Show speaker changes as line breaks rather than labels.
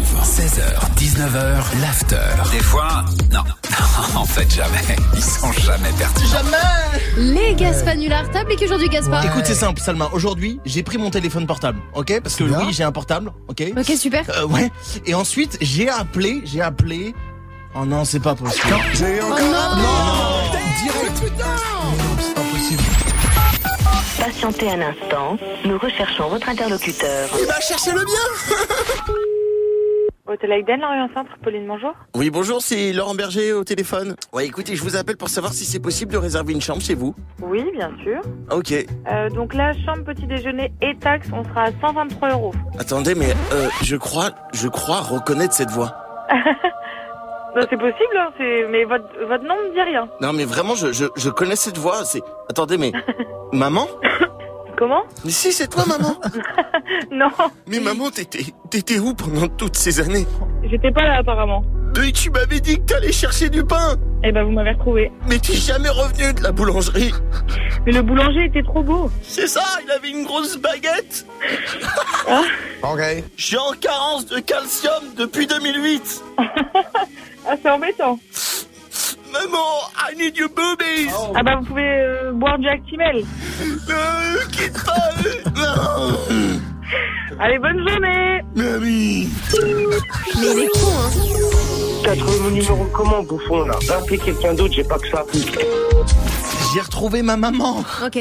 16h, 19h, l'after. Des fois, non. en fait, jamais. Ils sont jamais perdus.
Les Gaspanulas t'appliques aujourd'hui Gaspard
Euh, Écoute, c'est simple, Salma. Aujourd'hui, j'ai pris mon téléphone portable, ok Parce que oui, j'ai un portable, ok
Ok super
Euh, Ouais. Et ensuite, j'ai appelé, j'ai appelé. Oh non, c'est pas possible.
Oh non
Patientez un instant, nous recherchons votre interlocuteur.
Il va chercher le bien.
Hôtel Aiden, Lorient Centre, Pauline, bonjour.
Oui, bonjour, c'est Laurent Berger au téléphone. Ouais, écoutez, je vous appelle pour savoir si c'est possible de réserver une chambre chez vous.
Oui, bien sûr.
Ok.
Euh, donc là, chambre, petit déjeuner et taxes, on sera à 123 euros.
Attendez, mais euh, je crois, je crois reconnaître cette voix.
Non, c'est possible, hein, c'est... mais votre, votre nom ne dit rien.
Non, mais vraiment, je, je, je connais cette voix. C'est. Attendez, mais maman
Comment
Mais si, c'est toi, maman.
Non,
Mais maman, t'étais, t'étais où pendant toutes ces années
j'étais pas là apparemment.
Mais tu m'avais dit que t'allais chercher du pain
Eh ben, vous m'avez retrouvé.
Mais t'es jamais revenu de la boulangerie
Mais le boulanger était trop beau.
C'est ça, il avait une grosse baguette
Ok.
Je suis en carence de calcium depuis 2008
Ah, c'est embêtant.
Maman, I need your boobies
Ah bah, vous pouvez euh, boire du Actimel.
Ne Euh, quitte pas euh. Non.
Allez, bonne journée
Mamie
Mais il est con hein
T'as trouvé mon numéro comment, bouffon, là Va appeler quelqu'un d'autre, j'ai pas que ça.
J'ai retrouvé ma maman
Ok,